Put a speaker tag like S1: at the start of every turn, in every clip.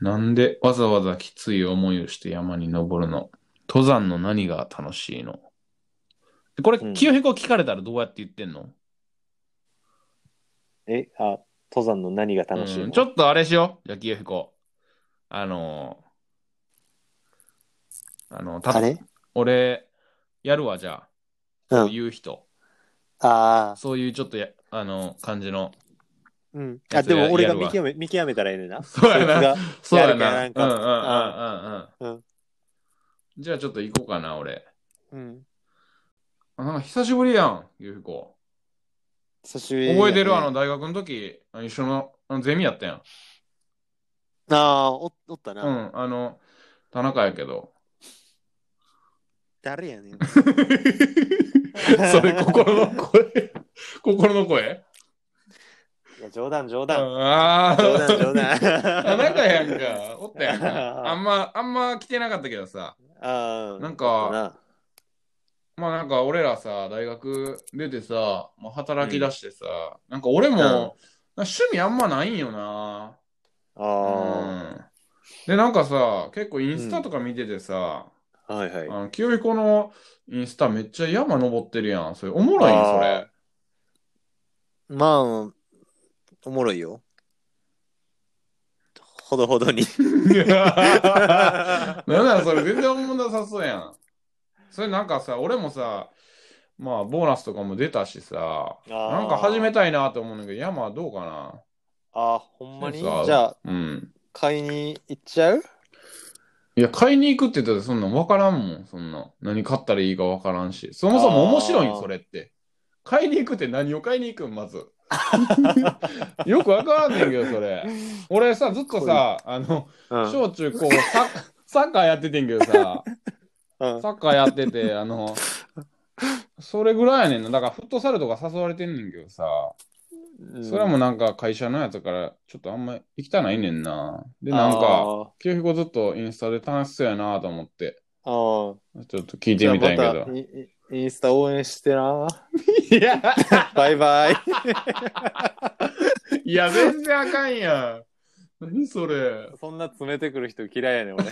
S1: なんでわざわざきつい思いをして山に登るの登山の何が楽しいのこれ、
S2: うん
S1: 清彦聞かれたらどうやって言ってんの
S2: え、あ、登山の何が楽しいの、
S1: うんちょっとあれしよう。じゃあ、清彦。あのーあの、た
S2: あれ
S1: 俺、やるわ、じゃあ。
S2: う。
S1: そうんいう人。
S2: ああ。
S1: そういうちょっとや、あの、感じの。
S2: うん。
S1: や
S2: あ、
S1: つ
S2: でも俺
S1: や
S2: が
S1: るわ
S2: 見極め、見極めたらいいねんな。
S1: そうやな
S2: な。
S1: そうや
S2: やるか
S1: な。
S2: やらんか
S1: うんうんうんうん。
S2: うん
S1: じゃあ、ちょっと行こうかな、俺。
S2: うん。
S1: あなんか久しぶりやん、清彦。
S2: 久しぶりやね
S1: 覚えてる、あの、。大学の時、あの一緒のあのゼミやったやん。
S2: ああ、おおった
S1: う
S2: な。
S1: ん、あの、田中やけ ど。
S2: 誰やねん。
S1: それ、心の声。心の声
S2: いや、冗談、冗談。
S1: ああ。
S2: 冗談、冗 談。
S1: あ
S2: な
S1: なんかやんか、おったやんか。あんま、あんま来てなかったけどさ、
S2: ああ。
S1: なんか、まあなんか俺らさ、大学出てさ、まあ、働き出してさ、なんか俺も、
S2: うん
S1: なんか趣味あんまないんよな。う
S2: ああ、
S1: ん。で、なんかさ、結構インスタとか見ててさ、
S2: はいはい。
S1: あの清彦のインスタめっちゃ山登ってるやん。それおもろいんそれ。
S2: まあ、おもろいよ。ほどほど に。
S1: なんだそれ全然おもんなさそうやん。それなんかさ、俺もさ、まあボーナスとかも出たしさ、
S2: な
S1: なんか始めたいなと思うんだけど、山はどうかな
S2: ああ、ほんまにじ
S1: そうそう
S2: ゃあ、
S1: うん。
S2: 買いに行っちゃう
S1: いや、買いに行くって言ったらそんなん分からんもん、そんなん。何買ったらいいか分からんし。そもそも面白い
S2: あ
S1: ん、
S2: ー
S1: それって。買いに行くって何を買いに行くん、まず。 よく分からんねんけど、それ。俺さ、ずっとさ、あの、
S2: うん。
S1: 小中高サッ、サッカーやっててんけど さ、
S2: うん
S1: サッカーやってて、あの、それぐらいやねんな。だからフットサルとか誘われてんねんけどさ、それはもうなんか会社のやつから、ちょっとあんま行きたないねんな。で、なんか、
S2: か、
S1: 清彦ずっとインスタで楽しそうやなと思って、
S2: あーあー。
S1: ちょっと聞い
S2: じ
S1: て
S2: ゃあ
S1: みたいけ
S2: ま
S1: ど
S2: た。インインスタ応援し てな。
S1: いや、
S2: バイバイ。
S1: いや、全然あかんやん。何それ。
S2: そんな詰めてくる人嫌いやね ん、俺。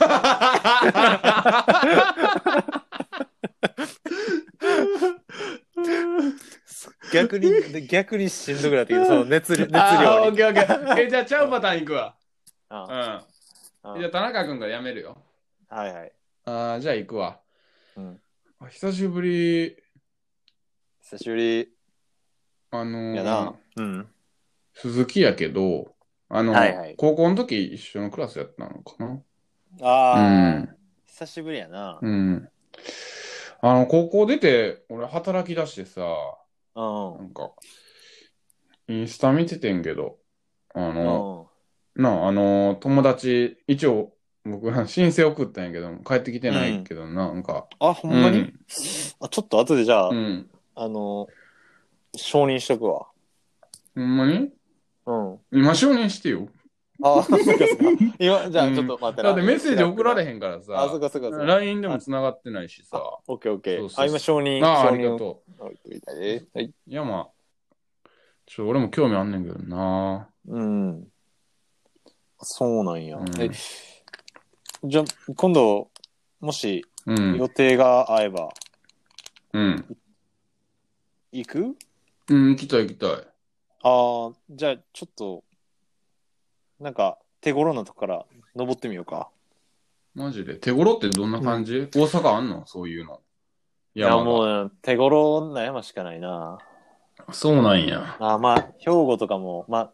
S2: 逆に、逆にしんどくなってきた、その熱量、熱
S1: あー
S2: 量
S1: オッ
S2: に。
S1: ケーオッケー。え、じゃあ、ちゃうパターンいくわ。うん。
S2: あ
S1: じ
S2: あ
S1: ゃあ、田中君からやめるよ。
S2: はいはい。
S1: ああ、じゃあ、行くわ。
S2: うん
S1: あ久しぶり、
S2: 久しぶり
S1: あのー
S2: やな。うん。
S1: 鈴木やけど、あの、
S2: はいはい
S1: 高校の時一緒のクラスやったのかな。
S2: ああ、
S1: うん。
S2: 久しぶりやな。
S1: うん。あの、高校出て、俺働き出してさ、
S2: うん。
S1: なんか、インスタ見ててんけど、あの、
S2: う
S1: なあ、あの、友達、一応、僕、 申請送ったんやけど、帰ってきてないけどな、なんか、
S2: ん。あ、ほんまに、
S1: うん
S2: あちょっと後でじゃあ、
S1: うん。
S2: あの、承認しとくわ。
S1: ほんまに
S2: うん。
S1: 今承認してよ。
S2: あ、そっかそっか。今、じゃ
S1: う
S2: あ
S1: ん
S2: ちょっと待ってな。
S1: だってメッセージ送られ
S2: ん。
S1: へんから
S2: あ、そ
S1: さ
S2: っ、かそっかそっか。
S1: LINE でも繋がってないしさ。
S2: オッケーオッケ
S1: そう
S2: ー。
S1: そうそう
S2: あ、今承認。
S1: ああ、
S2: 承
S1: あり
S2: 認
S1: が
S2: を
S1: と
S2: 置いてみたではい。
S1: う。いや、まあ、ちょっと俺も興味あんねんけどな。
S2: うん。そうなんや。
S1: うん
S2: えじゃあ、今度、もし
S1: うん
S2: 予。定が合えば、
S1: うん。
S2: 行く
S1: うん、行きたい行きたい。
S2: ああ、じゃあ、ちょっと、なんか、手頃なとこから登ってみようか。
S1: マジで手頃ってどんな感じ、大阪あんのそういうの。
S2: いや、
S1: 山が
S2: もう、手頃な山しかないな。
S1: そうなんや。
S2: あーまあ、兵庫とかも、まあ、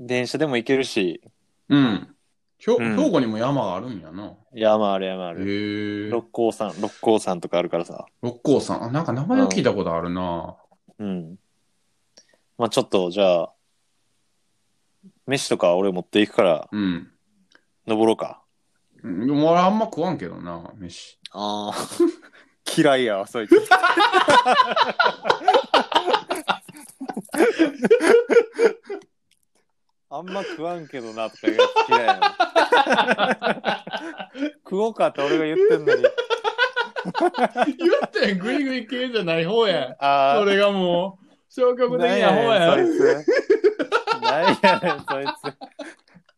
S2: 電車でも行けるし、
S1: うん。ひょ
S2: うん
S1: 兵庫にも山があるんやな。
S2: 山ある山あ
S1: へ
S2: る。
S1: え。
S2: 六甲山、六甲山とかあるからさ。
S1: 六甲山。あ、なんか名前を聞いたことあるな。
S2: うん。まあ、ちょっと、じゃあ、飯とか俺持っていくから、
S1: うん。
S2: 登ろうか。
S1: うんでも俺あんま食わんけどな、飯。
S2: ああ。 嫌いやわ、そ いつ。あんま食わんけどなとか言うやつ嫌いや わ。食おうかって俺が言ってんのに。
S1: 言ってん、グイグイ系じゃない方や。
S2: あ
S1: それがもう、消極的
S2: なん
S1: な方や。
S2: ねんそいつ。なんやねん、そいつ。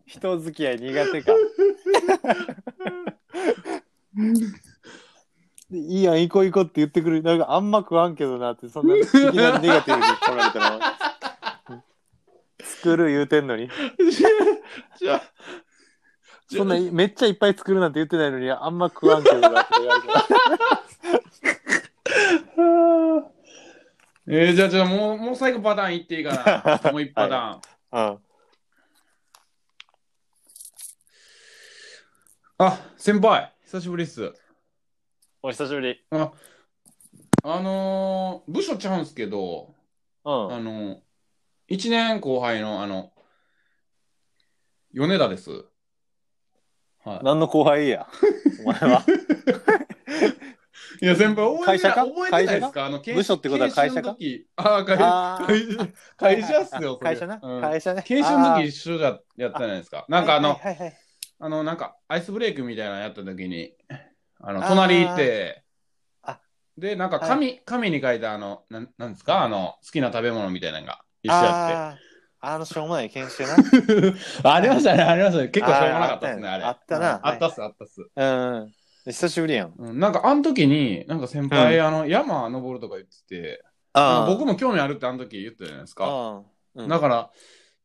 S2: 人付き合い苦手か。でいいやん、行こう行こうって言ってくる。なんかあんま食わんけどなって、そんな、いきなりネガティ ブに来られたら。作る言うてんのに。
S1: じゃあ、
S2: そんな、めっちゃいっぱい作るなんて言ってないのに、あんま食わんけどなって言われてます。
S1: えー、じゃあ、じゃあ、もう、もう最後パターンいっていいか な。もう一パターン。
S2: うん。
S1: あ、先輩、久しぶりっす。
S2: お久しぶり。
S1: あのー、部署ちゃうんすけど、
S2: うん。
S1: あのー、1年後輩の、あの、米田です。は
S2: 何の後輩や。お前
S1: い。
S2: は。
S1: いや、先輩、覚え
S2: 会
S1: て
S2: 社
S1: な
S2: か
S1: 覚えてないです
S2: 会社
S1: かあの、研
S2: 部署ってことは会社か
S1: 研修の時あー、会社。
S2: あ ー
S1: 会社会社っすよ、それ
S2: 会社な。
S1: うん
S2: 会社ね。
S1: 研修の時
S2: あー、
S1: 一緒だやったじゃないですか。なんかあの、
S2: はいはいはいはい
S1: あの、なんか、アイスブレイクみたいなのやった時に、あの、
S2: あー
S1: 隣行って、
S2: あ
S1: で、なんか
S2: はい
S1: 紙、紙に書いた、あの、なんなんですか、あの、好きな食べ物みたいなのが一緒やって。
S2: あーあのしょうもない研修な。
S1: ありましたね、ありましたね。結構しょうもなかったですね、
S2: あー
S1: あれ。
S2: あったな
S1: うんあったっす、あったっす。
S2: うんうん。久しぶりやん。
S1: うんなんか、あの時に、なんか先輩、
S2: う
S1: あの、山登るとか言ってて、なん
S2: あ
S1: か僕も興味あるってあの時言ったじゃないですか。
S2: あー。うん
S1: だから、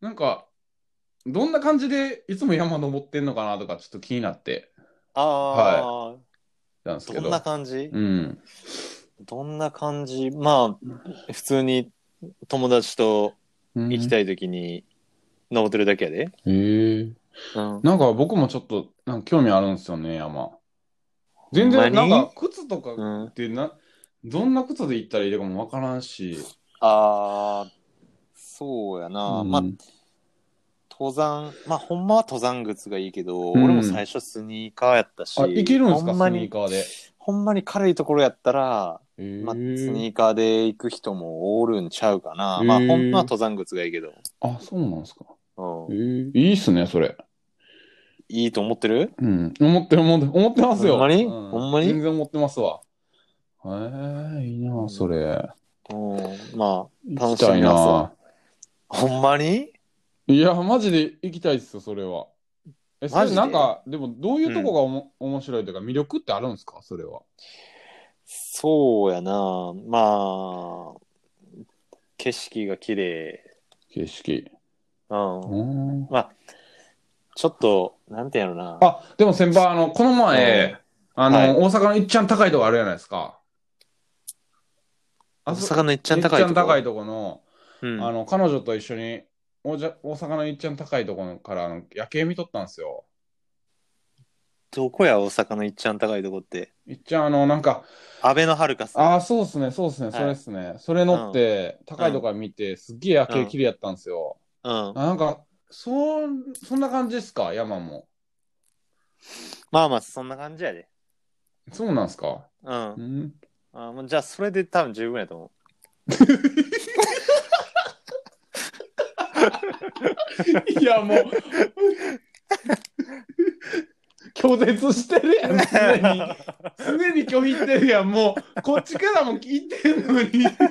S1: なんか、どんな感じでいつも山登ってんのかなとか、ちょっと気になって
S2: ああ、
S1: たんですけ
S2: ど
S1: ど。
S2: んな感じ、
S1: うん。
S2: どんな感じまあ、普通に友達と行きたい時に登ってるだけや
S1: へ
S2: で。
S1: え。
S2: うん。
S1: なんか僕もちょっとなんか興味あるんですよね、山。全
S2: ほ
S1: 然、
S2: ん
S1: な
S2: ま
S1: ん
S2: に
S1: か靴とか
S2: う
S1: っ
S2: ん、あ
S1: てな、どんな靴で行ったらいいかもわからんし。
S2: あー、そうやな。まあ
S1: う、ん
S2: 登山、まあ、ほんまは登山靴がいいけど、
S1: うん
S2: 俺も最初スニーカーやったし。
S1: あ、行けるんです
S2: ほ
S1: か、
S2: ん
S1: ス
S2: ま
S1: ニー
S2: に、
S1: カーで。
S2: ほんまに軽いところやったら、まあ、ス
S1: へえ。
S2: ニーカーで行く人もおるんちゃうかな。まあ、
S1: へー
S2: ほんまは登山靴がいいけど。
S1: あ、そうなんですか。
S2: う
S1: へ
S2: ん。
S1: え。いいっすね、それ。
S2: いいと思ってる
S1: うん。思ってる、思ってる思ってますよ。
S2: ほんまに
S1: う
S2: ほんまに
S1: 全然思ってますわ。へえ、いいな、それ。
S2: うん。まあ、
S1: 行
S2: 楽
S1: き
S2: した
S1: い
S2: みなさ
S1: な。
S2: ほんまに
S1: いや、マジで行きたいっすよ、それは。え、そ
S2: マ
S1: れ
S2: ジで
S1: なんか、でも、どういうとこがおも、面白いというか、魅力ってあるんですか、それは。
S2: そうやな。まあ、景色が綺麗。
S1: 景色。
S2: うん。まあ、ちょっと、なんてやろな。
S1: あ、でも先輩、あの、この前、あの、
S2: はい
S1: 大阪のいっちゃん高いとこあるじゃないですか。
S2: 大
S1: あそ
S2: 阪のいっちゃん高い
S1: い
S2: と
S1: っ
S2: こ。
S1: ちゃん高いとこの、
S2: うん。
S1: あの、彼女と一緒に、おじゃ大阪のいっちゃん高いとこのからあの夜景見とったんですよ。
S2: どこや、大阪のいっちゃん高いとこって。
S1: いっちゃん、あの、なんか、
S2: 安倍のハルカス。
S1: ああ、そうっすね、そうっすね、
S2: い
S1: それっすね。それ乗って、高いとこから見て、すっげえ夜景綺麗やったんですよ。
S2: うん。
S1: あなんか、そん、そんな感じですか、山も。
S2: まあまあ、そんな感じやで。
S1: そうなんすか。
S2: うん
S1: う。ん。
S2: あもうじゃあそれで多分十分やと思
S1: いやもう拒絶してる やん
S2: う。
S1: 常に常に拒否してるやんもうこっちからも聞いてんのに言って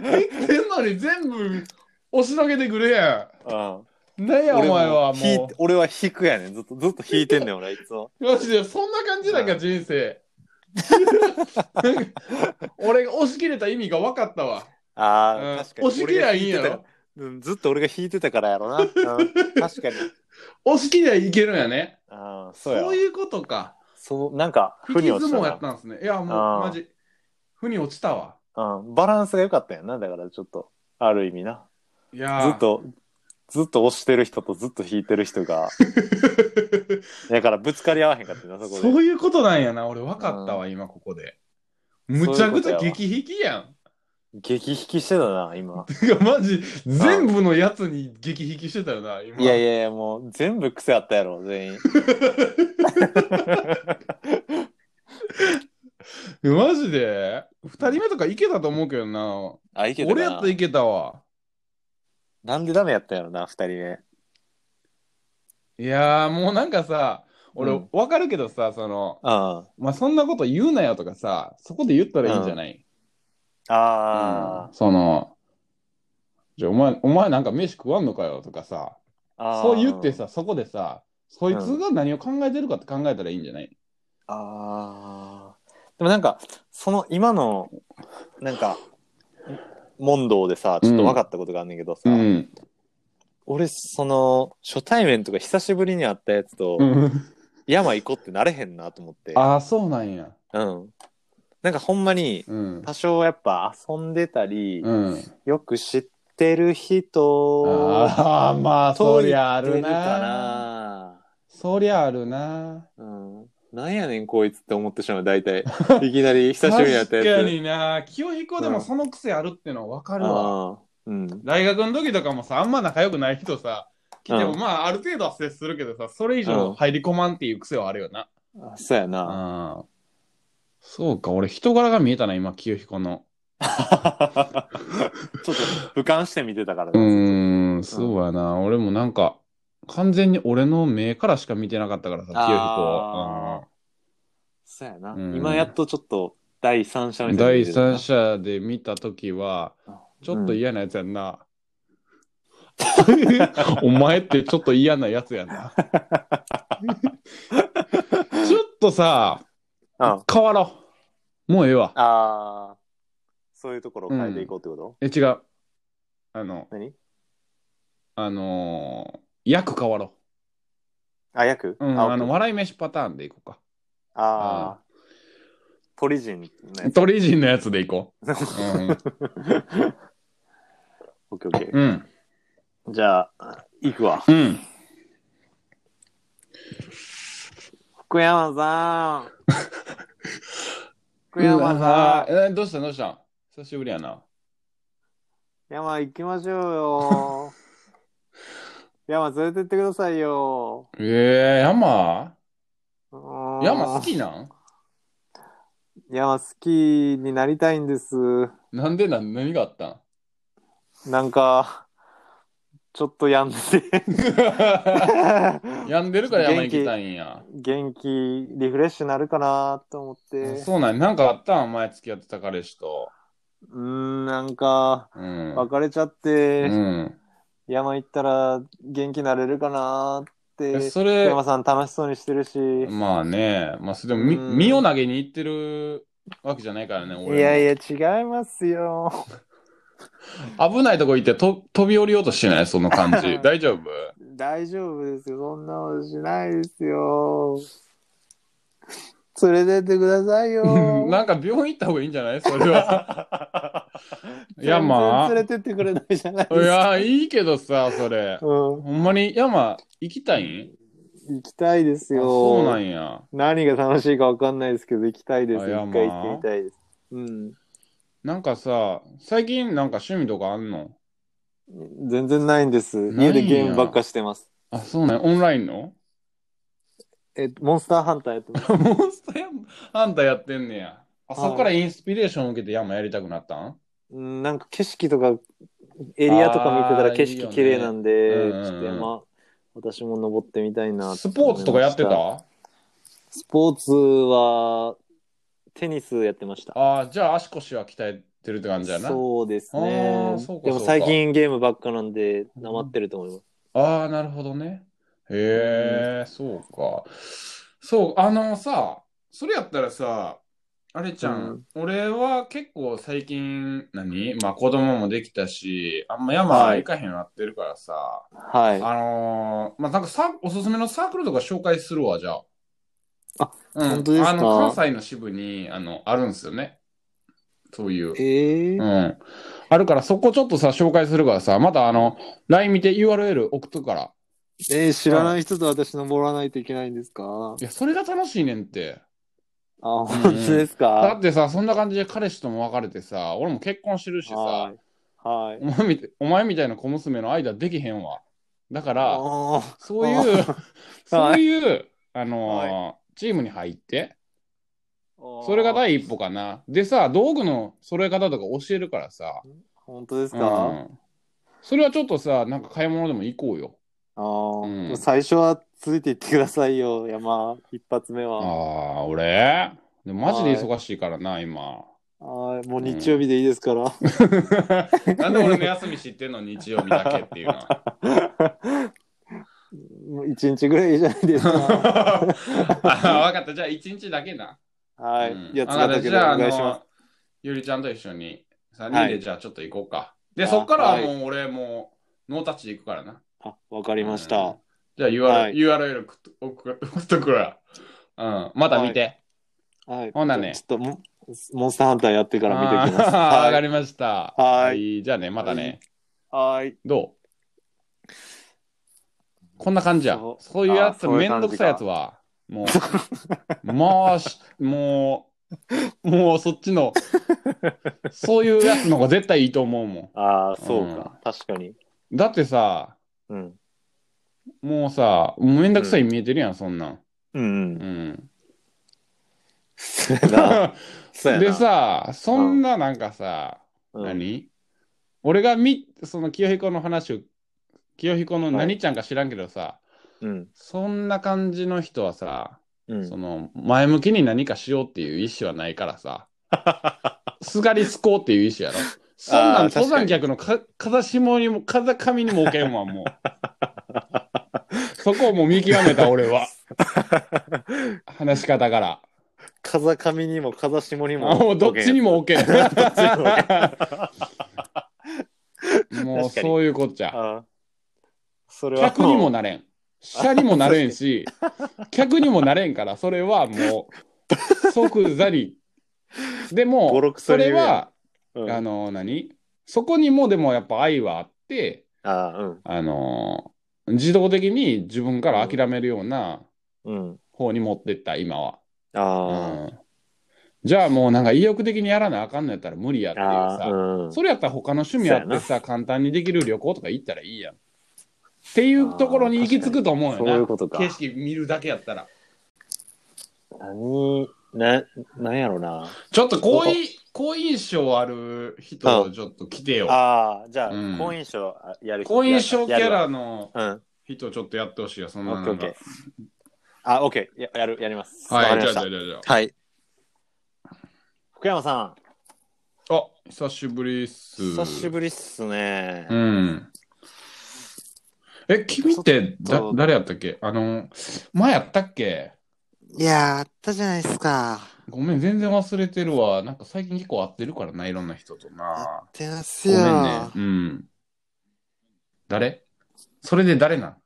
S1: んのに全部押しのけてくれや
S2: うん、
S1: んなんやお前は
S2: 俺も
S1: も
S2: 引い俺は引くやねんずっとずっと引いてんねん俺はいつも
S1: うマジでそんな感じなんか
S2: うん
S1: 人生 俺が押し切れた意味が分かったわ、
S2: あ
S1: う
S2: ー、
S1: ん
S2: 確かに
S1: 押し切りゃいいんや
S2: 俺が引て
S1: ろ
S2: たうんずっと俺が引いてたからやろな、うん、確かに
S1: 押し切りゃいけるんやね
S2: あーそうや
S1: そう
S2: そう
S1: いうことか
S2: なんか
S1: 引
S2: 負
S1: き
S2: に
S1: 相
S2: 落ちた
S1: 撲やっ
S2: な
S1: たんですねいやもう
S2: あー
S1: マジ負に落ちたわ
S2: うん、バランスが良かったやんなだからちょっとある意味ない
S1: やー
S2: ずっとずっと押してる人とずっと引いてる人 がだからぶつかり合わへんかったなそこで
S1: そういうことなんやな、俺分かったわ、今ここで。むちゃくちゃ激引きやん。
S2: 激引きしてたな 今
S1: てか、マジ、全部のやつに激引きしてたよな、今。
S2: いやいやいやもう全部癖あったやろ全員
S1: マジで、二人目とかいけたと思うけどな。
S2: あいけたな
S1: 俺やったらいけたわ。
S2: なんでダメやったんやろな、二人目。
S1: いやー、もうなんかさ、俺、
S2: うん
S1: 分かるけどさ、その、
S2: あ
S1: まあ、そんなこと言うなよとかさ、そこで言ったらいいんじゃない、
S2: あ。あ
S1: その、じゃあお前、お前なんか飯食わんのかよとかさ、
S2: あ。
S1: そう言って。さ、そこでさ、そいつが何を考えてるかって考えたらいいんじゃない、
S2: ああ。でもなんか、その今の、なんか、問答でさ、ちょっと分かったことがあんねんけどさ、
S1: うん。
S2: 俺、その、初対面とか久しぶりに会ったやつと、
S1: うん。
S2: 山行こうってなれへんなと思って。
S1: ああ、そうなんや。
S2: うん。なんかほんまに、
S1: うん。
S2: 多少やっぱ遊んでたり、
S1: うん。
S2: よく知ってる人
S1: ああ、まあ、そりゃあ
S2: と
S1: る
S2: いるか
S1: な。
S2: な。
S1: そりゃあるな。
S2: うん。なんやねん、こいつって思ってしまう、大体。いきなり久しぶりにやったやつ。
S1: 確かにな。清彦でもその癖あるってのは分かるわ。
S2: ああうん。
S1: 大学の時とかもさ、あんま仲良くない人さ、来ても、
S2: うん
S1: まあ、ある程度は接するけどさ、それ以
S2: う
S1: 上
S2: ん
S1: 入り込まんっていう癖はあるよな。
S2: あそうや な。
S1: ああ。そうか、俺人柄が見えたな、今、清彦の。
S2: ちょっと俯瞰して見てたから
S1: う
S2: な
S1: ーん、そうやな。俺もなんか、完全に俺の目からしか見てなかったからさ、清
S2: あ
S1: 彦
S2: そうやな。
S1: うん
S2: 今やっとちょっと第三者
S1: は。うん
S2: 目線で
S1: 第
S2: 見てたな
S1: 三者で見た時は、ちょっと嫌なやつやんな。 お前ってちょっと嫌なやつや な。ちょっとさ、
S2: うん。
S1: 変わろう。もうええわ。
S2: ああ、そういうところを変えていこうってこと、
S1: え、違う。あの、
S2: 何
S1: あのー、役変わろ
S2: あ、役
S1: う。うん、
S2: あ
S1: あの、
S2: あ
S1: 笑い飯パターンでいこうか。
S2: あー、鳥人のやつ。
S1: 鳥人のやつでいこ う。うん。
S2: オッケーオッケ
S1: うん。
S2: ー。じゃあ、行くわ。
S1: うん。
S2: 福山 さん。福山さん。
S1: うわえどうしたどうした久しぶりやな。
S2: 山行きましょうよ。山連れてってくださいよ。
S1: ええ山
S2: うん
S1: 山好きなん
S2: 山好きになりたいんです。
S1: なんでなん何があったん
S2: なんか、ちょっと病んでて。
S1: 病んでるから山行きたいんや。
S2: 元気リフレッシュなるかなと思って
S1: そうなんやなんかあったん前付き合ってた彼氏と。
S2: うーんなんか
S1: うん。
S2: 別れちゃっ
S1: う
S2: て、
S1: ん、
S2: 山行ったら元気なれるかなって
S1: えそれ、
S2: 山さん楽しそうにしてるし、
S1: まあね、まあそれでもみ
S2: うん
S1: 身を投げに行ってるわけじゃないからね、俺も。
S2: いやいや違いますよ
S1: 危ないとこ行ってと飛び降りようとしてないその感 じ。大丈夫
S2: 大丈夫ですよそんなことしないですよ連れてってくださ いよ
S1: なんか病院行った方がいいんじゃないそれ は。山
S2: 全然連れてってくれないじゃないで
S1: い
S2: すか、
S1: や、いいけどさ、それ
S2: う。ん、
S1: ほんまに山行きたいん
S2: 行きたいです
S1: あ
S2: よ
S1: そうなんや。
S2: 何が楽しいか分かんないですけど行きたいです
S1: あ
S2: 一
S1: 山
S2: 回行ってみたいですうん
S1: なんかさ、最近なんか趣味とかあんの
S2: 全然ないんです
S1: ないんや
S2: 家でゲームばっかしてます
S1: あ、そうなんや。オンラインの
S2: えモンスターハンターやってます
S1: モンスターハンターやってんねや。あ
S2: はい
S1: そこからインスピレーション受けて山やりたくなったん
S2: うんなんか景色とかエリアとか見てたら景
S1: あーいいよ
S2: 色
S1: ね
S2: 綺麗なんで
S1: うんうんうん
S2: ちょっと山私も登ってみたいな
S1: スポーツとかやってた
S2: と思いま
S1: あ
S2: したスポーツはテニスやってました
S1: あー、じゃあ足腰は鍛えてるって感じやな。
S2: そうです
S1: あ
S2: ね
S1: ーそうか
S2: でも
S1: そうか
S2: 最近ゲームばっかなんでなまってると思います
S1: ああ、なるほどね。へえ、そうか。そう、あのさ、それやったらさ、あれちゃん、俺は結構最近、何まあ子供もできたし、あんま山
S2: はい
S1: 行かへんようになってるからさ、
S2: はい
S1: あのーまあなんかさ、おすすめのサークルとか紹介するわ、じゃあ。
S2: あ、
S1: うん、
S2: 本当ですか
S1: あの、関西の支部に、あの、あるんですよね。そういう。
S2: ええ
S1: うん。あるから、そこちょっとさ、紹介するからさ、またあの、LINE 見て URL 送っとくから。
S2: えー知らない人と私登らないといけないんですか
S1: いや、それが楽しいねんって。
S2: あ、本当で
S1: だ
S2: すか
S1: ってさ、そんな感じで彼氏とも別れてさ、俺も結婚してるしさ、
S2: はい。はい
S1: お。前みたいお前みたいな小娘の間できへんわ。だから、
S2: あー
S1: そういう、 そういう、あのー
S2: は
S1: チームに入って、それが第一歩かな。でさ、道具の揃え方とか教えるからさ、
S2: 本当です
S1: う
S2: か、
S1: ん、それはちょっとさ、なんか買い物でも行こうよ。
S2: あー
S1: うん
S2: 最初はついていってくださいよ、山、一発目
S1: あ
S2: は。
S1: あー、俺でもマジで忙しいからな、 今。
S2: はいもう日曜日でいいですから。
S1: なんで俺の休み知ってんの、日曜日だけっていうのは。
S2: もう 一日ぐらいじゃないです か。
S1: あわかった。じゃあ、一日だけな。
S2: はい。
S1: うん
S2: いや、つ
S1: わ
S2: が
S1: か
S2: っ
S1: ったた
S2: け
S1: じ
S2: ど、
S1: ゃあ、
S2: お
S1: あ
S2: 願いします
S1: の。、ゆりちゃんと一緒に、3
S2: は
S1: 人で
S2: い
S1: じゃあ、ちょっと行こうか。で、
S2: あ
S1: そっからは
S2: はい
S1: もう、俺、もう、ノータッチで行くからな。
S2: あ、わかりまし
S1: うん
S2: た。
S1: じゃあ、URL、
S2: はい
S1: URL 送っと送っ送っとくから。うん、また見て。
S2: はい。
S1: ほんなね
S2: ちょっとモ、モンスターハンターやってから見ておきま
S1: あー
S2: す。
S1: わ
S2: は
S1: か
S2: い。
S1: りました。
S2: はい
S1: い。じゃあね、またね。
S2: はい。
S1: どうこんな感じや
S2: そ。う
S1: そういうやつ、
S2: あーそうい
S1: め
S2: う感
S1: んどく
S2: じか
S1: さいやつは、もう、もうし、もう、もうそっちの、そういうやつの方が絶対いいと思うも
S2: ああ、そうか。確かに。
S1: ん。だってさ、
S2: うん。
S1: もうさ、もうめんどくさい見えてるやん、そんなん。
S2: うんうん
S1: う。ん。
S2: そう やな。そうやな。
S1: でさ、そんななんかさ、
S2: うん、
S1: 何俺がみその清彦の話を清彦の何ちゃんか知らんけどさ、
S2: うん。
S1: そんな感じの人はさ、
S2: うん
S1: そ。の前向きに何かしようっていう意思はないから さすがりすこうっていう意思やろそんなん
S2: 確かに
S1: 登山客のか風下にも風上にも置けんわもうそこをもう見極めた俺 は話し方から
S2: 風上にも風下にも。
S1: もうどっちに
S2: も。
S1: も置けん
S2: どっちにも
S1: もう
S2: 確かに
S1: そういうこっちゃ
S2: ああそれは
S1: 客にも
S2: う
S1: なれん。下にもなれんし、客にもなれんから、それはもう、即座に。で
S2: ボロ
S1: も、
S2: クソ
S1: そ
S2: に
S1: れ
S2: 言うやん
S1: は、
S2: うん
S1: あの、何そこにもでもやっぱ愛はあって、
S2: ああ、うん。
S1: あの、自動的に自分から諦めるような
S2: うん。
S1: 方に持ってった、今は。
S2: あ
S1: うんじゃあもうなんか意欲的にやらなあかんのやったら無理やって
S2: あ。
S1: いう
S2: ああ、
S1: さ、
S2: うん。
S1: それやったら他の趣味あっ
S2: そう
S1: て
S2: や
S1: さ、簡単にできる旅行とか行ったらいいやん。っていうところに行き着くと思うよな。
S2: そういうことか。
S1: 景色見るだけやったら。
S2: 何、な、なんやろな。
S1: ちょっと好意、好印象ある人をちょっと来てよ。
S2: ああ、じゃあ、
S1: うん
S2: 好印象やる人
S1: 好印象キャ。
S2: や
S1: ラの
S2: るうん。
S1: 人ちょっとやってほしいよ、そん
S2: オ
S1: な
S2: ッケー
S1: の
S2: オッケー。あ、オッケー。ややる、やります。わか
S1: はい、
S2: り
S1: じ
S2: ま
S1: ゃあじゃ
S2: した
S1: あじゃあじゃ
S2: はい。福山さ
S1: あ。あ、久しぶりっす。
S2: ん、久しぶりっすね。
S1: うん。え、君ってだ
S2: ちょっと
S1: 誰やったっけあの、前やったっけ
S2: いやー、あったじゃないですか。
S1: ごめん、全然忘れてるわ。なんか最近結構会ってるからな、いろんな人とな。
S2: 出ます
S1: ごめ
S2: よ。
S1: んね。うん。誰それで誰なん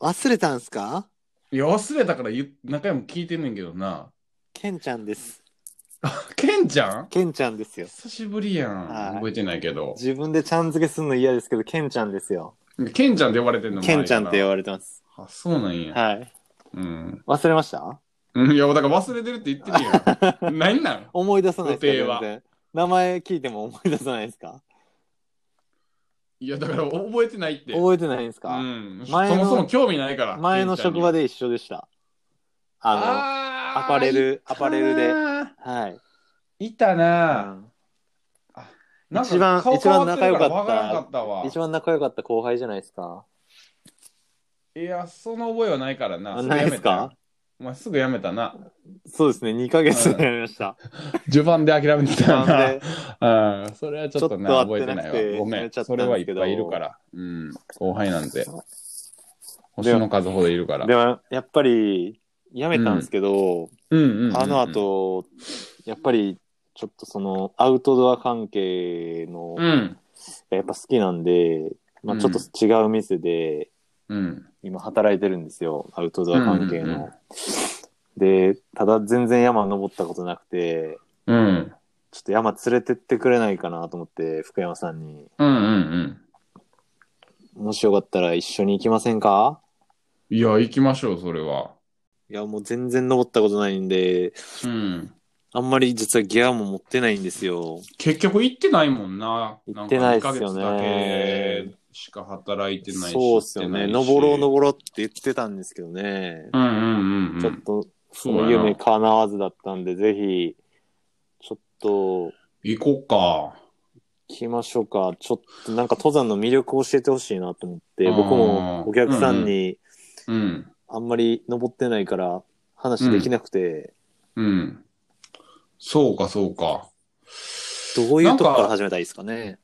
S3: 忘れたんすか
S1: いや、忘れたから言っ何回も聞いてんねんけど な。
S3: ケンちゃんです。
S1: ケンちゃん
S3: ケンちゃんですよ。
S1: 久しぶりやん
S3: はい。
S1: 覚えてないけど。
S3: 自分でちゃん付けするの嫌ですけど、ケンちゃんですよ。
S1: ケンちゃんって呼ばれてんの
S3: ケンちゃんって呼
S1: よ。
S3: ばれてます。
S1: あ、そうなんや。
S3: はい。
S1: うん。
S3: 忘れました
S1: うんいや、だから忘れてるって言って るやん。何なん
S3: 思い出さないですか
S1: 予定は
S3: 全然名前聞いても思い出さないですか
S1: いや、だから覚えてないって。
S3: 覚えてないんです
S1: う
S3: か、
S1: ん。そ
S3: 前の
S1: もそも興味ないから。
S3: 前の職場
S1: で。
S3: で一緒でした。あの、
S1: ア
S3: アパレ。ル、アパレルで。。はい。
S1: いたななんか
S3: 一番
S1: 顔変わてる
S3: 一番仲良かった
S1: らわからんかったわ。
S3: 一番仲良かった後輩じゃないですか。
S1: いや、その覚えはないからな。
S3: あないっすか
S1: すぐやめたよお前すぐやめたな。
S3: そうですね、2ヶ月になりました。
S1: 序盤で諦めて
S3: な
S1: た
S3: ん
S1: な。
S3: で、
S1: うん、それはちょっとな、
S3: ちょっと会
S1: 覚え
S3: って
S1: て
S3: なく
S1: な
S3: て
S1: いわ。ご
S3: や
S1: め
S3: め
S1: ん
S3: ちゃ、った
S1: そ
S3: ん
S1: れ
S3: ですけど
S1: はいっぱいいるから。うん、後輩なんて。星の数ほどいるか ら。
S3: でもやっぱり、やめたんですけど、
S1: うんうんうんうん
S3: あの後、やっぱりちょっとそのアウトドア関係の
S1: う、ん、
S3: やっぱ好きなんで、まあ、ちょっと違う店で
S1: うん。
S3: 今働いてるんですよ、アウトドア関係
S1: うんうんう
S3: の。で、ただ全然山登ったことなくて、
S1: うん、
S3: ちょっと山連れてってくれないかなと思って、福山さんに、
S1: うん、うん。
S3: もしよかったら一緒に行きませんか
S1: いや、行きましょう、それは。
S3: いや、もう全然登ったことないんで、
S1: うん。
S3: あんまり実はギアも持ってないんですよ。
S1: 結局行ってないもんな。
S3: 行ってないっすよね
S1: んか2ヶ月だけしか働いてないし。
S3: そうっすよ
S1: 行
S3: ね。
S1: ってないし
S3: 登ろう登ろうって言ってたんですけどね。
S1: うんうんうん
S3: ち
S1: う
S3: ょっ
S1: ん。
S3: と、そ
S1: そう
S3: の
S1: やな
S3: 夢叶わずだったんで、ぜひ、ちょっと、
S1: 行こっか。
S3: 行きましょうか。ちょっと、なんか登山の魅力を教えてほしいなと思って、
S1: あー
S3: 僕もお客さんに、
S1: うん、
S3: あんまり登ってないから、話できなくて、
S1: うん。そうか、そうか。
S3: どういうとこか
S1: な
S3: ら
S1: んか
S3: 始めたらいいですかね。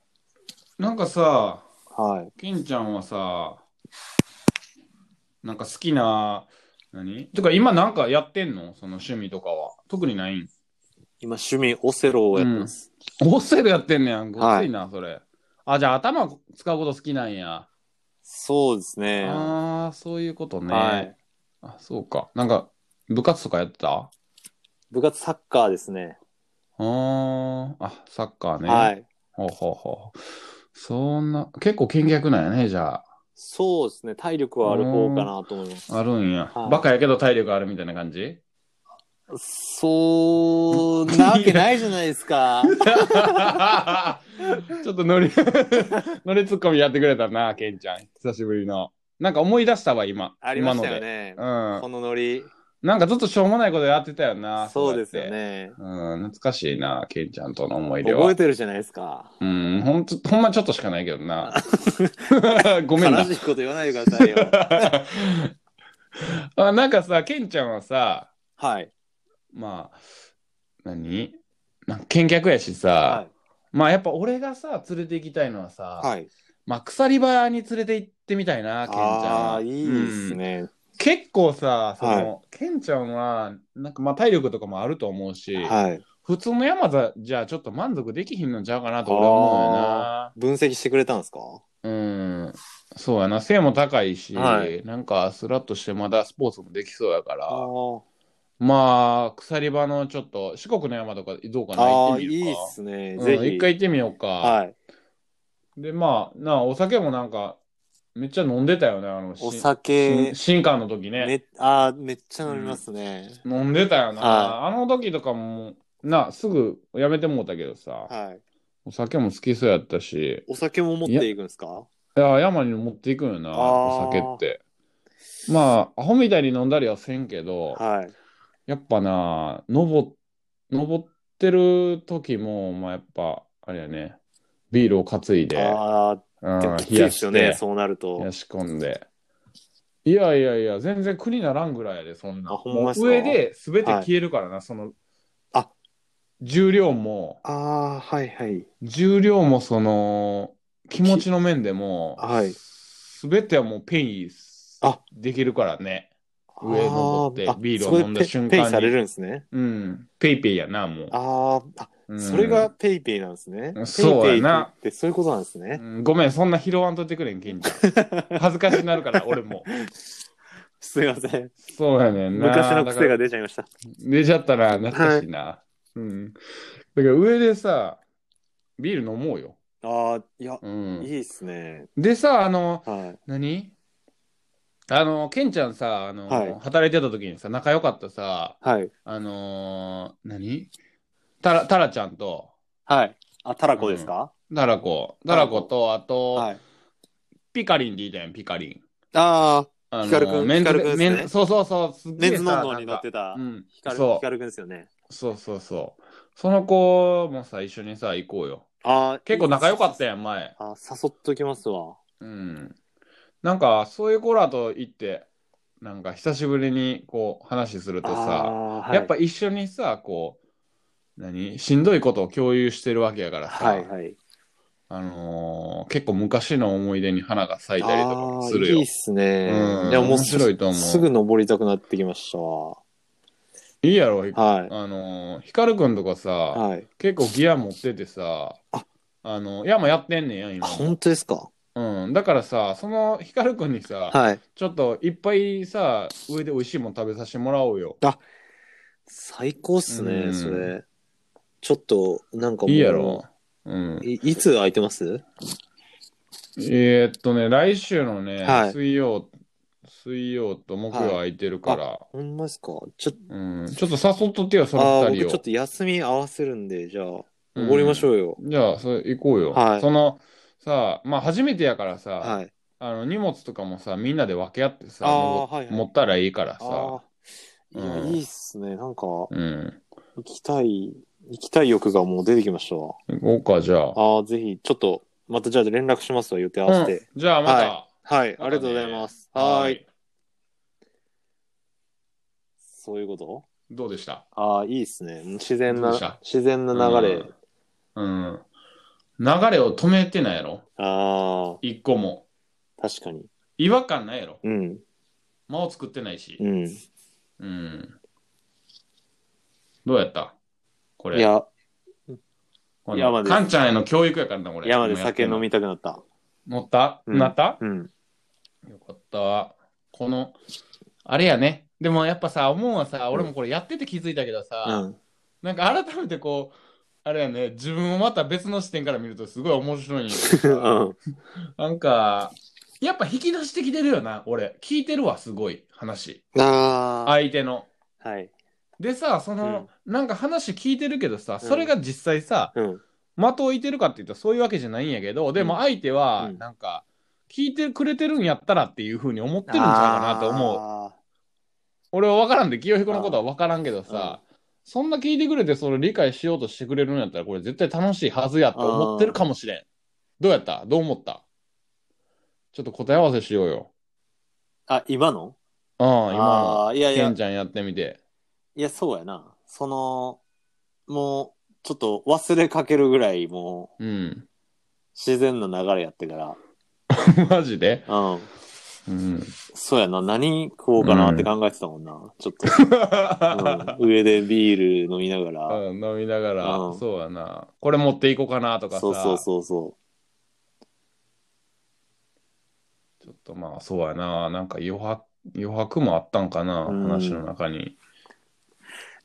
S1: なんかさ、
S3: はい。
S1: ケンちゃんはさ、なんか好きな、何とか今なんかやってんのその趣味とかは。特にないん
S2: 今、趣味、オセロをやってます。
S1: オセロやってんねやん。ごっついな、それ。あ、じゃあ頭使うこと好きなんや。
S2: そうですね。
S1: ああ、そういうことね。
S2: はい。
S1: あ、そうか。なんか、部活とかやってたあ
S2: 部活サッカーですね。
S1: ーあ、サッカーね。
S2: はい。
S1: ほうほうほう。そんな、結構健脚なんやね、じゃ
S2: そうですね。体力はある方かなと思います。
S1: あ。あるんや。
S2: はい
S1: バカやけど体力あるみたいな感じ
S2: そう、なわけないじゃないですか。
S1: ちょっと ノリ、ノリツッコミやってくれたな、ケンちゃん。久しぶりの。なんか思い出したわ、今。
S2: ありましたよ
S1: 今ので。
S2: ね。
S1: う
S2: このノリ。
S1: ん。なんかずっとしょうもないことやってたよな。
S2: そうです
S1: やっ
S2: よ
S1: て。
S2: ね。
S1: うん、懐かしいな、ケンちゃんとの思い出は。
S2: 覚えてるじゃないですか。
S1: うん、ほんと、ほんまちょっとしかないけど な。ごめん
S2: 悲
S1: な。
S2: しいこと言わないでくだ さいよ。
S1: あなんかさ、ケンちゃんはさ、
S2: はい。
S1: まあ、何なんか見客やしさ、
S2: は
S1: まあやっぱ俺がさ、連れて行きたいのはさ、
S2: い。はい。
S1: まあ鎖場に連れて行ってみたいな、ケンちゃんは。
S2: ああー、いいです
S1: うん
S2: ね。
S1: 結構さ、その、ケンちゃんは、なんかまあ体力とかもあると思うし、
S2: はい。
S1: 普通の山田じゃちょっと満足できひんのちゃうかなと俺は思うよな。
S2: 分析してくれたんですか
S1: うん、そうやな、背も高いし、
S2: はい
S1: なんかスラッとしてまだスポーツもできそうやから、
S2: あー
S1: まあ、鎖場のちょっと四国の山とかどうかな、行
S2: あ
S1: って
S2: ー、
S1: み
S2: いい
S1: よ
S2: っ
S1: うか。
S2: すね。
S1: うん
S2: ぜひ。
S1: 一回行ってみようか。
S2: はい。
S1: で、まあ、なあ、お酒もなんか、めっちゃ飲んでたよね、あの、し
S2: お酒
S1: し、新館の時ね。
S2: め、ああ、めっちゃ飲みますね。
S1: 飲んでたよな。
S2: は
S1: あの時とかも、なあ、すぐやめてもうたけどさ、
S2: はい。
S1: お酒も好きそうやったし、
S2: お酒も持っていくんですか
S1: いや、山に持っていくんよな、
S2: あ
S1: お
S2: ー
S1: 酒って。まあ、アホみたいに飲んだりはせんけど、
S2: はい。
S1: やっぱな、登登ってる時も、まあやっぱ、あれやね、ビールを担いで、
S2: ああ、
S1: うん
S2: でもきつい
S1: 冷や
S2: です
S1: し
S2: よね、
S1: て、
S2: そうなる
S1: 冷
S2: と
S1: や。し込んで。いやいやいや、全然苦にならんぐらいやで、そんな。
S2: あほんまっす
S1: も
S2: か
S1: う上で全て消えるからな、その、
S2: あ
S1: 重量も、
S2: ああ、はいはい。
S1: 重量もその、気持ちの面でも、
S2: はい
S1: すべてはもうペイ
S2: あ
S1: できるからね。上登って
S2: ああ
S1: ビールを飲んだ瞬間に
S2: それペイペイされるんですね。
S1: うん。ペイペイやな、もう。
S2: あーあ、
S1: うん
S2: それがペイペイなんですね。
S1: そうやな
S2: ペイペイってそういうことなんですね。
S1: うんごめん、そんな拾わんとってくれん、ケ ンちゃん。恥ずかしになるから、俺も。
S2: すいません。
S1: そうやねんな。
S2: 昔
S1: だ
S2: の癖が
S1: から
S2: 出ちゃいました。
S1: 出ちゃったら懐かしいな。うん。だから上でさ、ビール飲もうよ。
S2: ああ、いや、
S1: う
S2: い
S1: ん。
S2: いっすね。
S1: でさ、あの、
S2: はい。
S1: 何あの、ケンちゃんさ、あの、
S2: はい
S1: 働いてた時にさ、仲良かったさ、
S2: はい。
S1: あのー何タラ、タラちゃんと、
S2: はい。あ、タラコですか、
S1: タラコ、タラコと、あと、
S2: はい。
S1: ピカリンでいいたやん、ピカリン。
S2: ああ、
S1: あの
S2: ヒカルくん
S1: メンズ
S2: ヒカルくんっすね
S1: メンそうそうそう、すっげ
S2: レ
S1: え
S2: ンズノンノ
S1: さ
S2: ンに乗って
S1: な、
S2: た
S1: んか
S2: ヒカ
S1: うん
S2: ル、
S1: そ
S2: ヒカルくんですよね。
S1: うそうそうそう。その子もさ、一緒にさ、行こうよ。
S2: ああ、
S1: 結構仲良かった
S2: よ。
S1: やん、前。
S2: あー誘っときますわ。
S1: うん。なんか、そういう子らと行って、なんか、久しぶりに、こう、話するとさ、
S2: あー
S1: やっ、ぱ一緒にさ、こう、何しんどいことを共有してるわけやからさ、
S2: はい、はい、はい。
S1: あのー結構昔の思い出に花が咲いたりとかもする
S2: あー
S1: よ。
S2: いいっすね。
S1: うん
S2: いや、もう
S1: 面白いと思う
S2: すぐ登りたくなってきましたわ。
S1: いいやろ、ひ
S2: はい。
S1: あのー、ヒカルくんとかさ、
S2: はい。
S1: 結構ギア持っててさ、
S2: あ
S1: あの、山やってんねんや、
S2: あ、
S1: 今。
S2: 本当ですか
S1: うん。だからさ、そのヒカルくんにさ、
S2: はい。
S1: ちょっといっぱいさ、上で美味しいもん食べさせてもらおうよ。
S2: 最高っす
S1: う
S2: ね、
S1: ん
S2: それ。ちょっと、なんかもう
S1: いいやろ。うん。
S2: いいつ空いてます
S1: えー、っとね、来週のね、
S2: はい
S1: 水曜、水曜と木曜空いてるから、
S2: ほんまですかちょっ
S1: うん。ちょっと誘っとってよ、そ
S2: と、あ
S1: の
S2: あー、
S1: 二人
S2: 僕ちょっ
S1: を。
S2: と休み合わせるんで、じゃあ、
S1: うん
S2: おごりましょうよ。
S1: じゃあ、それ行こうよ。
S2: はい
S1: その、さまあ初めてやからさ、
S2: はい。
S1: あの荷物とかもさみんなで分け合ってさ
S2: あー
S1: も
S2: はいはい
S1: 持ったらいいからさ
S2: ああ、いや、
S1: うん
S2: いいっすね。なんか、行
S1: うん
S2: きたい、行きたい欲がもう出てきましたわ。
S1: 行こうかじゃあ
S2: ああ、ぜひ、ちょっと、またじゃあ連絡しますわ、予定合わせて。
S1: じゃあまた、
S2: はい、ありがとうございます。はーい。そういうこと
S1: どうでした
S2: ああ、いいですね。自然
S1: どうでした
S2: な、自然な流れ。
S1: うんうん流れを止めてないやろ
S2: あ
S1: 一個も
S2: あ、確かに。
S1: 違和感ないやろ
S2: うん。
S1: 間を作ってないし。
S2: うん。
S1: うん。どうやったこれ。
S2: いや、
S1: この
S2: 山です
S1: カンちゃんへの教育やからな、これ。
S2: 山で酒飲
S1: み。
S2: みたくなった。
S1: 乗った、
S2: うん
S1: なった
S2: うん。
S1: よかった。この、あれやね。でもやっぱさ、思うはさ、俺もこれやってて気づいたけどさ、
S2: うん。
S1: なんか改めてこう、あれやね、自分をまた別の視点から見るとすごい面白いんよ
S2: うん。
S1: なんか、やっぱ引き出してきてるよな、俺。聞いてるわ、すごい話。
S2: あ
S1: 相手の。
S2: あ。はい。
S1: でさ、その、なんか話聞いてるけどさ、
S2: うん
S1: それが実際さ、
S2: うん。
S1: 的を置いてるかって言ったらそういうわけじゃないんやけど、でも相手は
S2: う、ん
S1: なんか、聞いてくれてるんやったらっていうふうに思ってるんちゃうかなと思う。
S2: う。
S1: 俺は分からんで、清彦のことは分からんけどさ、そんな聞いてくれて、それ理解しようとしてくれるんやったら、これ絶対楽しいはずやと思ってるかもしれん。どうやったどう思ったちょっと答え合わせしようよ。
S2: あ、今の
S1: うん、今
S2: ああー、いや
S1: の、
S2: い
S1: ケ
S2: や
S1: ン、ちゃんやってみて。
S2: いや、そうやな。その、もう、ちょっと忘れかけるぐらい、もう、
S1: うん。
S2: 自然な流れやってか
S1: マジで
S2: ら。うん。
S1: うん。
S2: そうやな。何食おうかなって考えてたもんな。ちょっ と、うん上でビール飲みながら。
S1: うん飲みながら、
S2: うん
S1: そうやな。これ持っていこうかなとかさ。
S2: そうそうそうそ
S1: ちょっとまあ、そうやな。なんか余白、余白もあったんかな、
S2: うん
S1: 話の中に。
S2: う。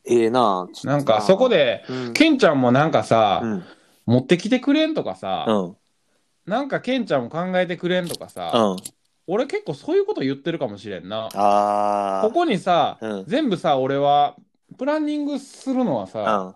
S2: ええな。ちょっと
S1: なんかそこ、で、
S2: うん。
S1: ケンちゃんもなんかさ、
S2: うん。
S1: 持ってきてくれんとかさ、
S2: うん。
S1: なんかケンちゃんも考えてくれんとかさ、
S2: うん。
S1: 俺結構そういうこと言ってるかもしれんな。
S2: ああ。
S1: ここにさ、
S2: うん。うん。
S1: 全部さ、俺は、プランニングするのはさ、
S2: あ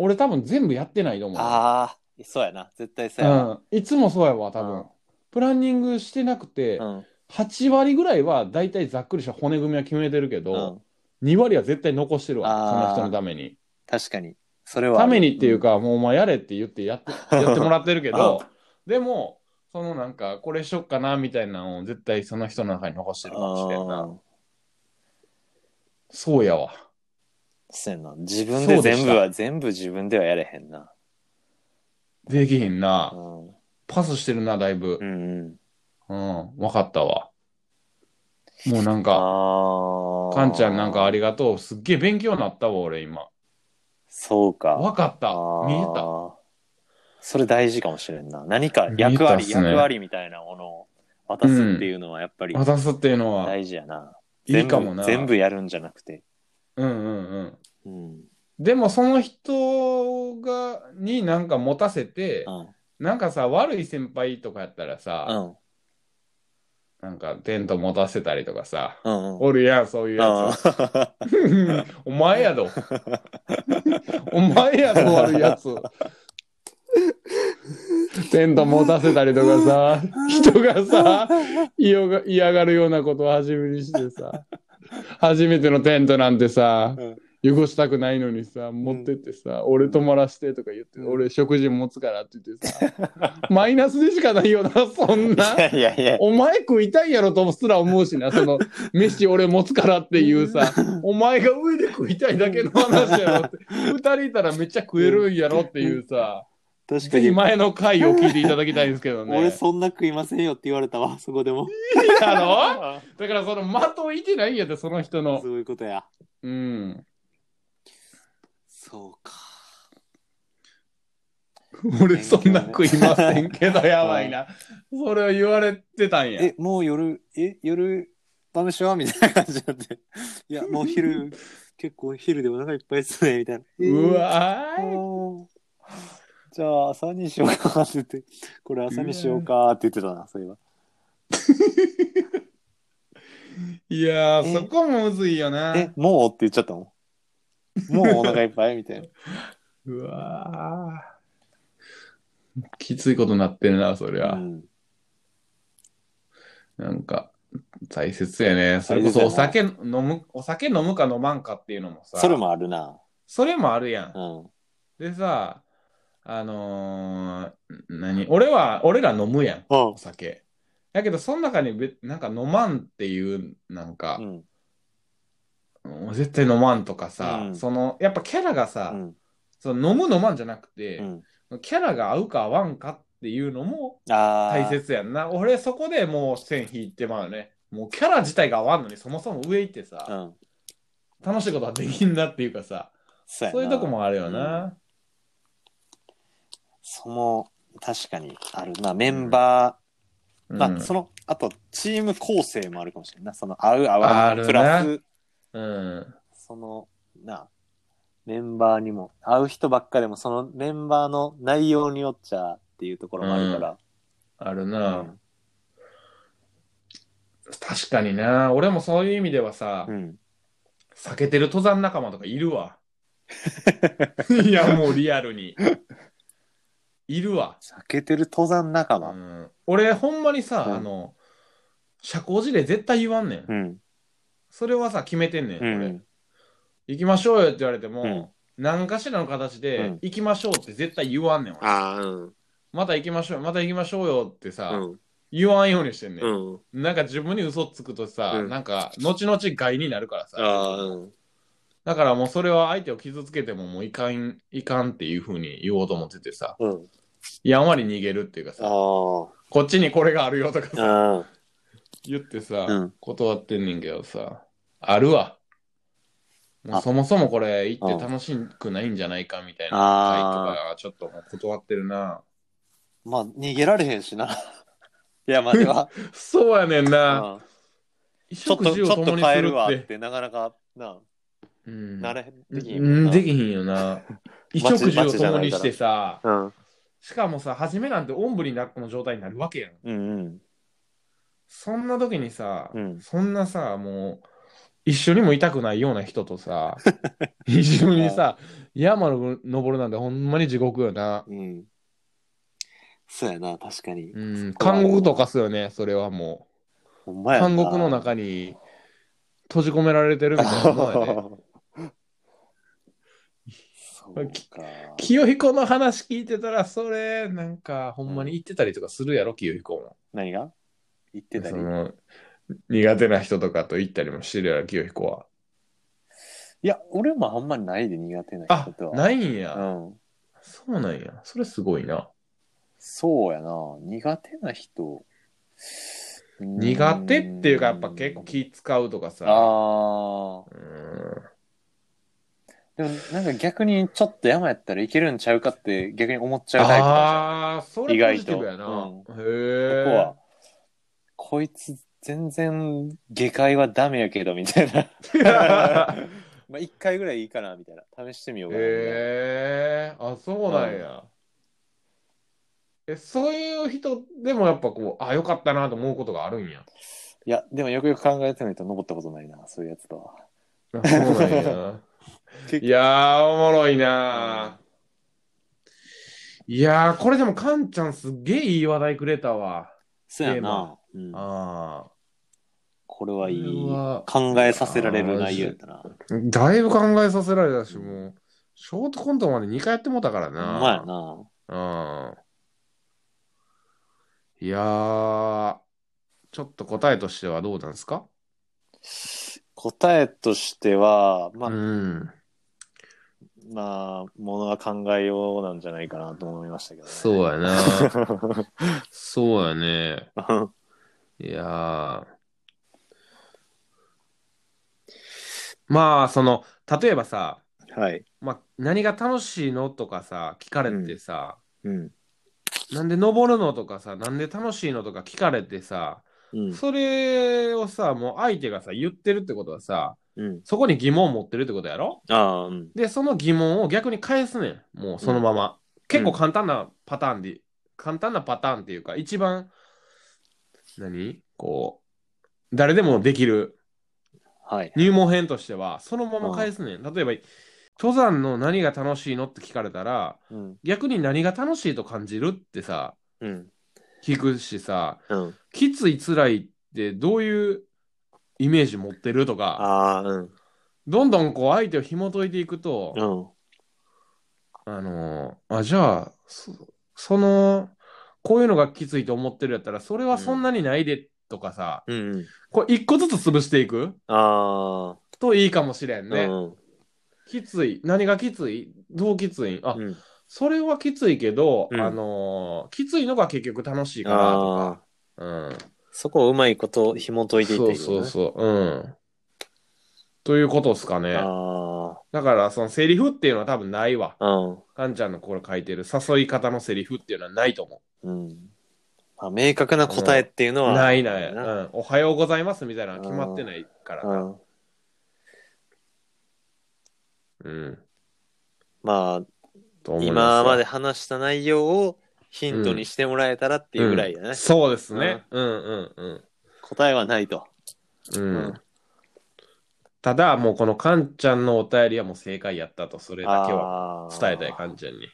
S1: 俺多分全部やってないと思う。
S2: あー。そうやな。絶対そうやな。
S1: うん、いつもそうやわ、多
S2: う
S1: 分
S2: ん。
S1: プランニングしてなくて、
S2: うん。
S1: 8割ぐらいはだいたいざっくりした骨組みは決めてるけ
S2: う
S1: ど、
S2: ん。
S1: 2割は絶対残してるわ、
S2: あ
S1: そ
S2: ー
S1: の人のために。
S2: 確かに。それはあ
S1: た
S2: る。
S1: めにっていうか、もうお前やれって言ってやって やってもらってるけど、でも、そのなんか、これしよっかなみたいなのを絶対その人の中に残して
S2: う
S1: る
S2: ん。
S1: かもしれんな
S2: あ。ー
S1: そうやわ。
S2: そうやな。自分
S1: そ
S2: で
S1: うでした
S2: 全部は、全部自分ではやれへんな。
S1: できひん
S2: う
S1: な。
S2: ん。
S1: パスしてるな、だいぶ
S2: う。ん
S1: う
S2: うん。
S1: ん、わかったわ。もうなんか、
S2: ああ。
S1: かんちゃんなんかありがとう。すっげえ勉強になったわ、俺今。
S2: そうか。
S1: わかった。見えた。
S2: た。それ大事かもしれんな。何か
S1: 見えたっすね
S2: 役割、役割みたいなものを渡すっていうのはやっぱり
S1: 渡すっていうのは、
S2: 大事やな。
S1: い
S2: 全
S1: い
S2: 部
S1: かもな。
S2: 全部やるんじゃなくて。
S1: うんうんうん。
S2: うん。
S1: でもその人が、になんか持たせて
S2: う、ん。
S1: なんかさ、悪い先輩とかやったら
S2: う
S1: さ、
S2: ん。
S1: なんかテント持たせたりとかさ、
S2: うん。
S1: おるやん、そういうやつ。お前やぞ。お前やぞ、悪いやつ。テント持たせたりとかさ、人がさ、嫌が嫌がるようなことを初めにしてさ、初めてのテントなんてさ、汚したくないのにさ、持ってってさ、俺泊まらしてとか言って、
S2: うん
S1: 俺食事持つからって言ってさ、マイナスでしかないよな、そんな。
S2: いやいやいや。
S1: お前食いたいやろとすら思うしな、その、飯俺持つからっていう さ、お前が上で食いたいだけの話やろって、二人いたらめっちゃ食えるんやろっていうさ、
S2: 確か
S1: ぜひ
S2: に。
S1: 前の回を聞いていただきたいんですけどね。
S2: 俺そんな食いませんよって言われたわ、そこでも。
S1: やろだからその的をいてないんやって、その人の
S2: そ。ういうことや。
S1: うん。
S2: そうか。
S1: 俺そんな食いませんけど、やば いな。それを言われてたんや。
S2: え、もう夜、え、夜、晩飯はみたいな感じになって。いや、もう 昼、結構昼でお腹いっぱいですね、みたいな。えー
S1: うわ
S2: あ
S1: ーい。
S2: ーじゃあ、朝にしようかって言って、これ朝にしようかって言ってたな、そういえば。
S1: いやー、
S2: え
S1: そこもむずいよな。
S2: え、もうって言っちゃったもん。もうお腹いっぱいみた いな。
S1: うわーきついことなってるな、そりゃ。
S2: うん
S1: なんか、大切やね。それこ
S2: 大切
S1: そ
S2: やな
S1: お酒飲む、お酒飲むか飲まんかっていうのもさ、
S2: それもあるな。
S1: それもあるやん
S2: う。ん。
S1: でさ、あのー、何俺は、俺ら飲むやん、
S2: うん
S1: お酒。だけど、その中にべ、なんか飲まんっていう、なんか
S2: う、ん。
S1: うん絶対飲まんとかさ、
S2: うん
S1: その、やっぱキャラがさ、
S2: うん。
S1: その飲む飲まんじゃなく
S2: う
S1: て、
S2: ん。
S1: キャラが合うか合わんかっていうのも
S2: ああ。
S1: 大切やんな。俺、そこでもう線引いてまうね。もうキャラ自体が合わんのに、そもそも上行ってさ、
S2: うん。
S1: 楽しいことはできんだっていうかさ、
S2: そうやな
S1: そういうとこもあるよな。
S2: その、確かにあるな。メンバー、ま
S1: うん
S2: あ、その、あと、チーム構成もあるかもしれんないな。その、合う合
S1: あ
S2: わな
S1: るな
S2: い。プラス、
S1: うん。
S2: その、な、メンバーにも、会う人ばっかでも、そのメンバーの内容によっちゃっていうところもあるから。
S1: ある
S2: う
S1: な、
S2: ん。
S1: 確かにな。俺もそういう意味ではさ、
S2: うん。
S1: 避けてる登山仲間とかいる わ。いや、もうリアルに。いるわ。
S2: 避けてる登山仲
S1: う
S2: 間。
S1: ん、俺、ほんまにさ、
S2: うん
S1: あの、社交辞令絶対言わんねん。
S2: うん。
S1: それはさ、決めてんねん。
S2: う
S1: 俺
S2: ん。
S1: 行きましょうよって言われても、
S2: うん
S1: 何かしらの形で、
S2: うん
S1: 行きましょうって絶対言わんねん。俺
S3: ああ、うん。
S1: また行きましょう、また行きましょうよってさ、
S3: うん。
S1: 言わんようにしてんねん。
S3: うん。
S1: なんか自分に嘘つくとさ、
S3: うん
S1: なんか、後々害になるからさ。
S3: ああ、うん。
S1: だからもうそれは相手を傷つけてももういかん、いかんっていうふうに言おうと思っててさ、
S2: うん。
S1: やんわり逃げるっていうかさ、
S2: あ
S1: こっちにこれがあるよとかさ、
S2: あ。
S1: 言ってさ、
S2: うん
S1: 断ってんねんけどさ、あるわ。もう
S2: あ
S1: そもそもこれ行って楽しくないんじゃないかみたいな回と
S2: ああ。
S1: か、ちょっともう断ってるな。
S2: まあ、逃げられへんしな。 いや、まあ、では、
S1: そうやねんな。
S2: うんち
S1: 一
S2: ょっと、
S1: 食
S2: ち
S1: 事
S2: ょ
S1: を
S2: っと
S1: 共にす
S2: 変え
S1: る
S2: るわ
S1: っ。
S2: ってて、なかなか、な、
S1: うん
S2: なれへん。できひんもん
S1: うん
S2: な
S1: できひんよ な。一
S2: 街
S1: 食事を共にしてさ、
S2: うん。
S1: しかもさ、初めなんておんぶに抱っこの状態になるわけやん。
S2: うん
S1: そんな時にさ、
S2: うん
S1: そんなさ、もう、一緒にもいたくないような人と さ、一緒にさ、山の登るなんてほんまに地獄よな。
S2: うん。うん。そうやな、確かに。
S1: うん、監獄とかすよね、それはも
S2: ほんま
S1: う。
S2: やな。
S1: 監獄の中に閉じ込められてるみたいなもん やね。
S2: そうか。
S1: 清彦の話聞いてたら、それ、なんか、ほんまに言ってたりとかするやろ、清彦も。
S2: 何が言ってた
S1: そ
S2: り。
S1: の苦手な人とかと言ったりもしてるやろ、清彦は。
S2: いや、俺もあんまりないで苦手な
S1: あ
S2: 人と、は。
S1: ないんや。
S2: うん。
S1: そうなんや。それすごいな。
S2: そうやな。苦手な人。
S1: 苦手っていうかやっぱ結構気使うとかさ
S2: ああ。
S1: うー
S2: でもなんか逆にちょっと山やったらいけるんちゃうかって逆に思っちゃうタイプか
S1: あーそれポジティブやな、
S2: 意もしれん。ここ
S1: へ
S2: は、こいつ全然下界はダメやけどみたいな。
S1: え
S2: まあ一回ぐらいいいかなみたいな。試してみようかなみたいな。
S1: へえあそうなんや、えそういう人でもやっぱこうあよかったなと思うことがあるん や
S2: いや、でもよくよく考えてみると登ったことないな、そういうやつとは。
S1: あそうなんや
S2: 結構
S1: いやーおもろいな、いやーこれでもカンちゃんすっげえいい話題くれたわ
S2: そうやな。うん
S1: ああ
S2: これはい
S1: こ
S2: い
S1: れは。
S2: 考えさせられる内容やったな。
S1: だいぶ考えさせられたし、もう、ショートコントまで2回やってもうたから
S2: ほんまや
S1: な。
S2: な。
S1: うん。いやー、ちょっと答えとしてはどうなんですか
S2: 答えとしては、まあ、
S1: うん。
S2: まあ、ものは考えようなんじゃないかなと思いましたけどね。
S1: そうや な。そうやね。
S2: う。
S1: いやー。まあ、その、例えばさ、
S2: はい。
S1: まあ、何が楽しいのとかさ、聞かれてさ、
S2: うん。
S1: なんで登るのとかさ、なんで楽しいのとか聞かれてさ、
S2: うん。
S1: それをさ、もう相手がさ、言ってるってことはさ、
S2: うん。
S1: そこに疑問を持ってるってことやろ
S2: ああ、うん。
S1: で、その疑問を逆に返すねん。もうそのまま。結構簡単なパターンで、簡単なパターンっていうか、一番、何こう、誰でもできる
S2: はい。
S1: 入門編としては、そのまま返すねん。例えば、登山の何が楽しいのって聞かれたら、
S2: うん。
S1: 逆に何が楽しいと感じるってさ、
S2: うん。
S1: 聞くしさ、
S2: うん。
S1: きつい辛いってどういうイメージ持ってるとか
S2: ああ、うん。
S1: どんどんこう相手を紐解いていくと、
S2: うん。
S1: あのーあじゃあそそのこういうのがきついと思ってるやったらそれはそんなにないでとかさ、
S2: うん。
S1: これ一個ずつ潰していく
S2: ああ、
S1: といいかもしれんね、
S2: うん。
S1: きつい何がきついどうきついあ、
S2: うん。
S1: それはきついけど、
S2: うん
S1: あのーきついのが結局楽しいかなと
S2: ああ、
S1: か、うん、
S2: そこをうまいこと紐解いていっ
S1: そ
S2: て
S1: う
S2: いく
S1: そう
S2: ね。
S1: そう。うん。ということですかね。
S2: あ
S1: だから、そのセリフっていうのは多分ないわ。
S2: あ、うん。
S1: カンちゃんのこれ書いてる誘い方のセリフっていうのはないと思
S2: うん。まあ、明確な答えっていうの
S1: う。
S2: は、
S1: ないない、うん。おはようございますみたいなのは決まってないから
S2: う
S1: な。
S2: ん。
S1: うん。
S2: ま
S1: と
S2: あ、
S1: 思い
S2: 今
S1: す
S2: まで話した内容をヒントにしてもらえたらっていうぐらいだね。
S1: うんそうですね。うんうんうん。
S2: 答えはないと。
S1: うん
S2: うん
S1: ただ、もうこのカンちゃんのお便りはもう正解やったと、それだけは
S2: は
S1: 伝えたい、カンちゃんに。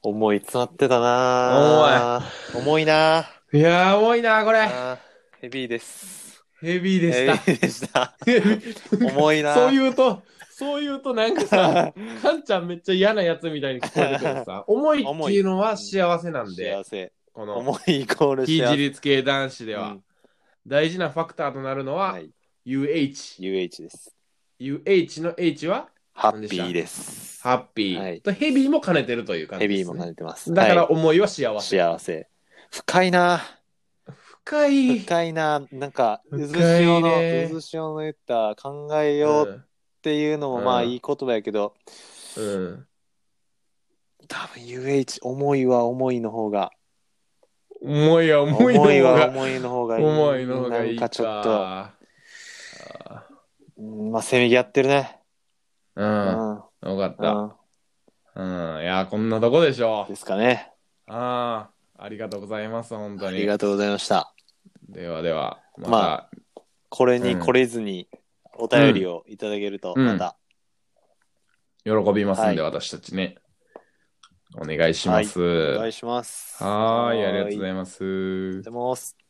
S2: 思い詰まってたな重い。重いなあ
S1: いやー、重いな、これ。
S2: あヘビーです。
S1: ヘビーで
S2: ヘビ
S1: し
S2: ーでした。
S1: た。ヘビー
S2: 重い な
S1: そう言うと、そう言うとなんかさ、カンちゃんめっちゃ嫌なやつみたいに聞こえるけど さ、重いっていうのは幸せなんで
S2: 幸、せ。
S1: この、
S2: 重いイコール幸せ。
S1: 非自立系男子で
S2: う
S1: は
S2: ん、
S1: 大事なファクターとなるのは
S2: は、い、
S1: UH。
S2: UH です。
S1: UH の H は、
S2: ハッピーです。
S1: ハッピー。
S2: はい
S1: とヘビーも兼ねてるという感じ
S2: ヘ
S1: です、ね。
S2: ビーも兼ねてます。
S1: だから
S2: は
S1: 思いは幸
S2: い
S1: せ。
S2: 幸せ。深いな
S1: 深い。
S2: 深いななんか、
S1: 深
S2: 渦
S1: い
S2: 潮の、
S1: ね
S2: 渦潮の言った考えようっていうのも、
S1: うん
S2: まあいい言葉やけど、
S1: うん。うん
S2: 多分 UH、重いは重いの方が、
S1: 思いは思
S2: 重
S1: いの
S2: い
S1: 方
S2: は
S1: が。
S2: 重いの方がいい。
S1: 思いの方がいい
S2: な
S1: か。
S2: んかちょっと、うんまあ、せめぎ合ってるね。うん。
S1: あ
S2: う
S1: ーうん。よかっ
S2: ん。
S1: た。うん。いやー、こんなとこでしょう
S2: で。すかね。
S1: ああ、ありがとうございます、本当
S2: あり
S1: に。
S2: がとうございました。
S1: ではでは、また、
S2: まこれ
S1: う
S2: に
S1: ん
S2: これずにお便りをいただけると、
S1: うん
S2: また、
S1: 喜びますんで、
S2: は
S1: 私たちね。お願いします。
S2: お願
S1: はい
S2: します。
S1: ーい、ありがとうご
S2: はーいありがとう
S1: ざいます
S2: ございます。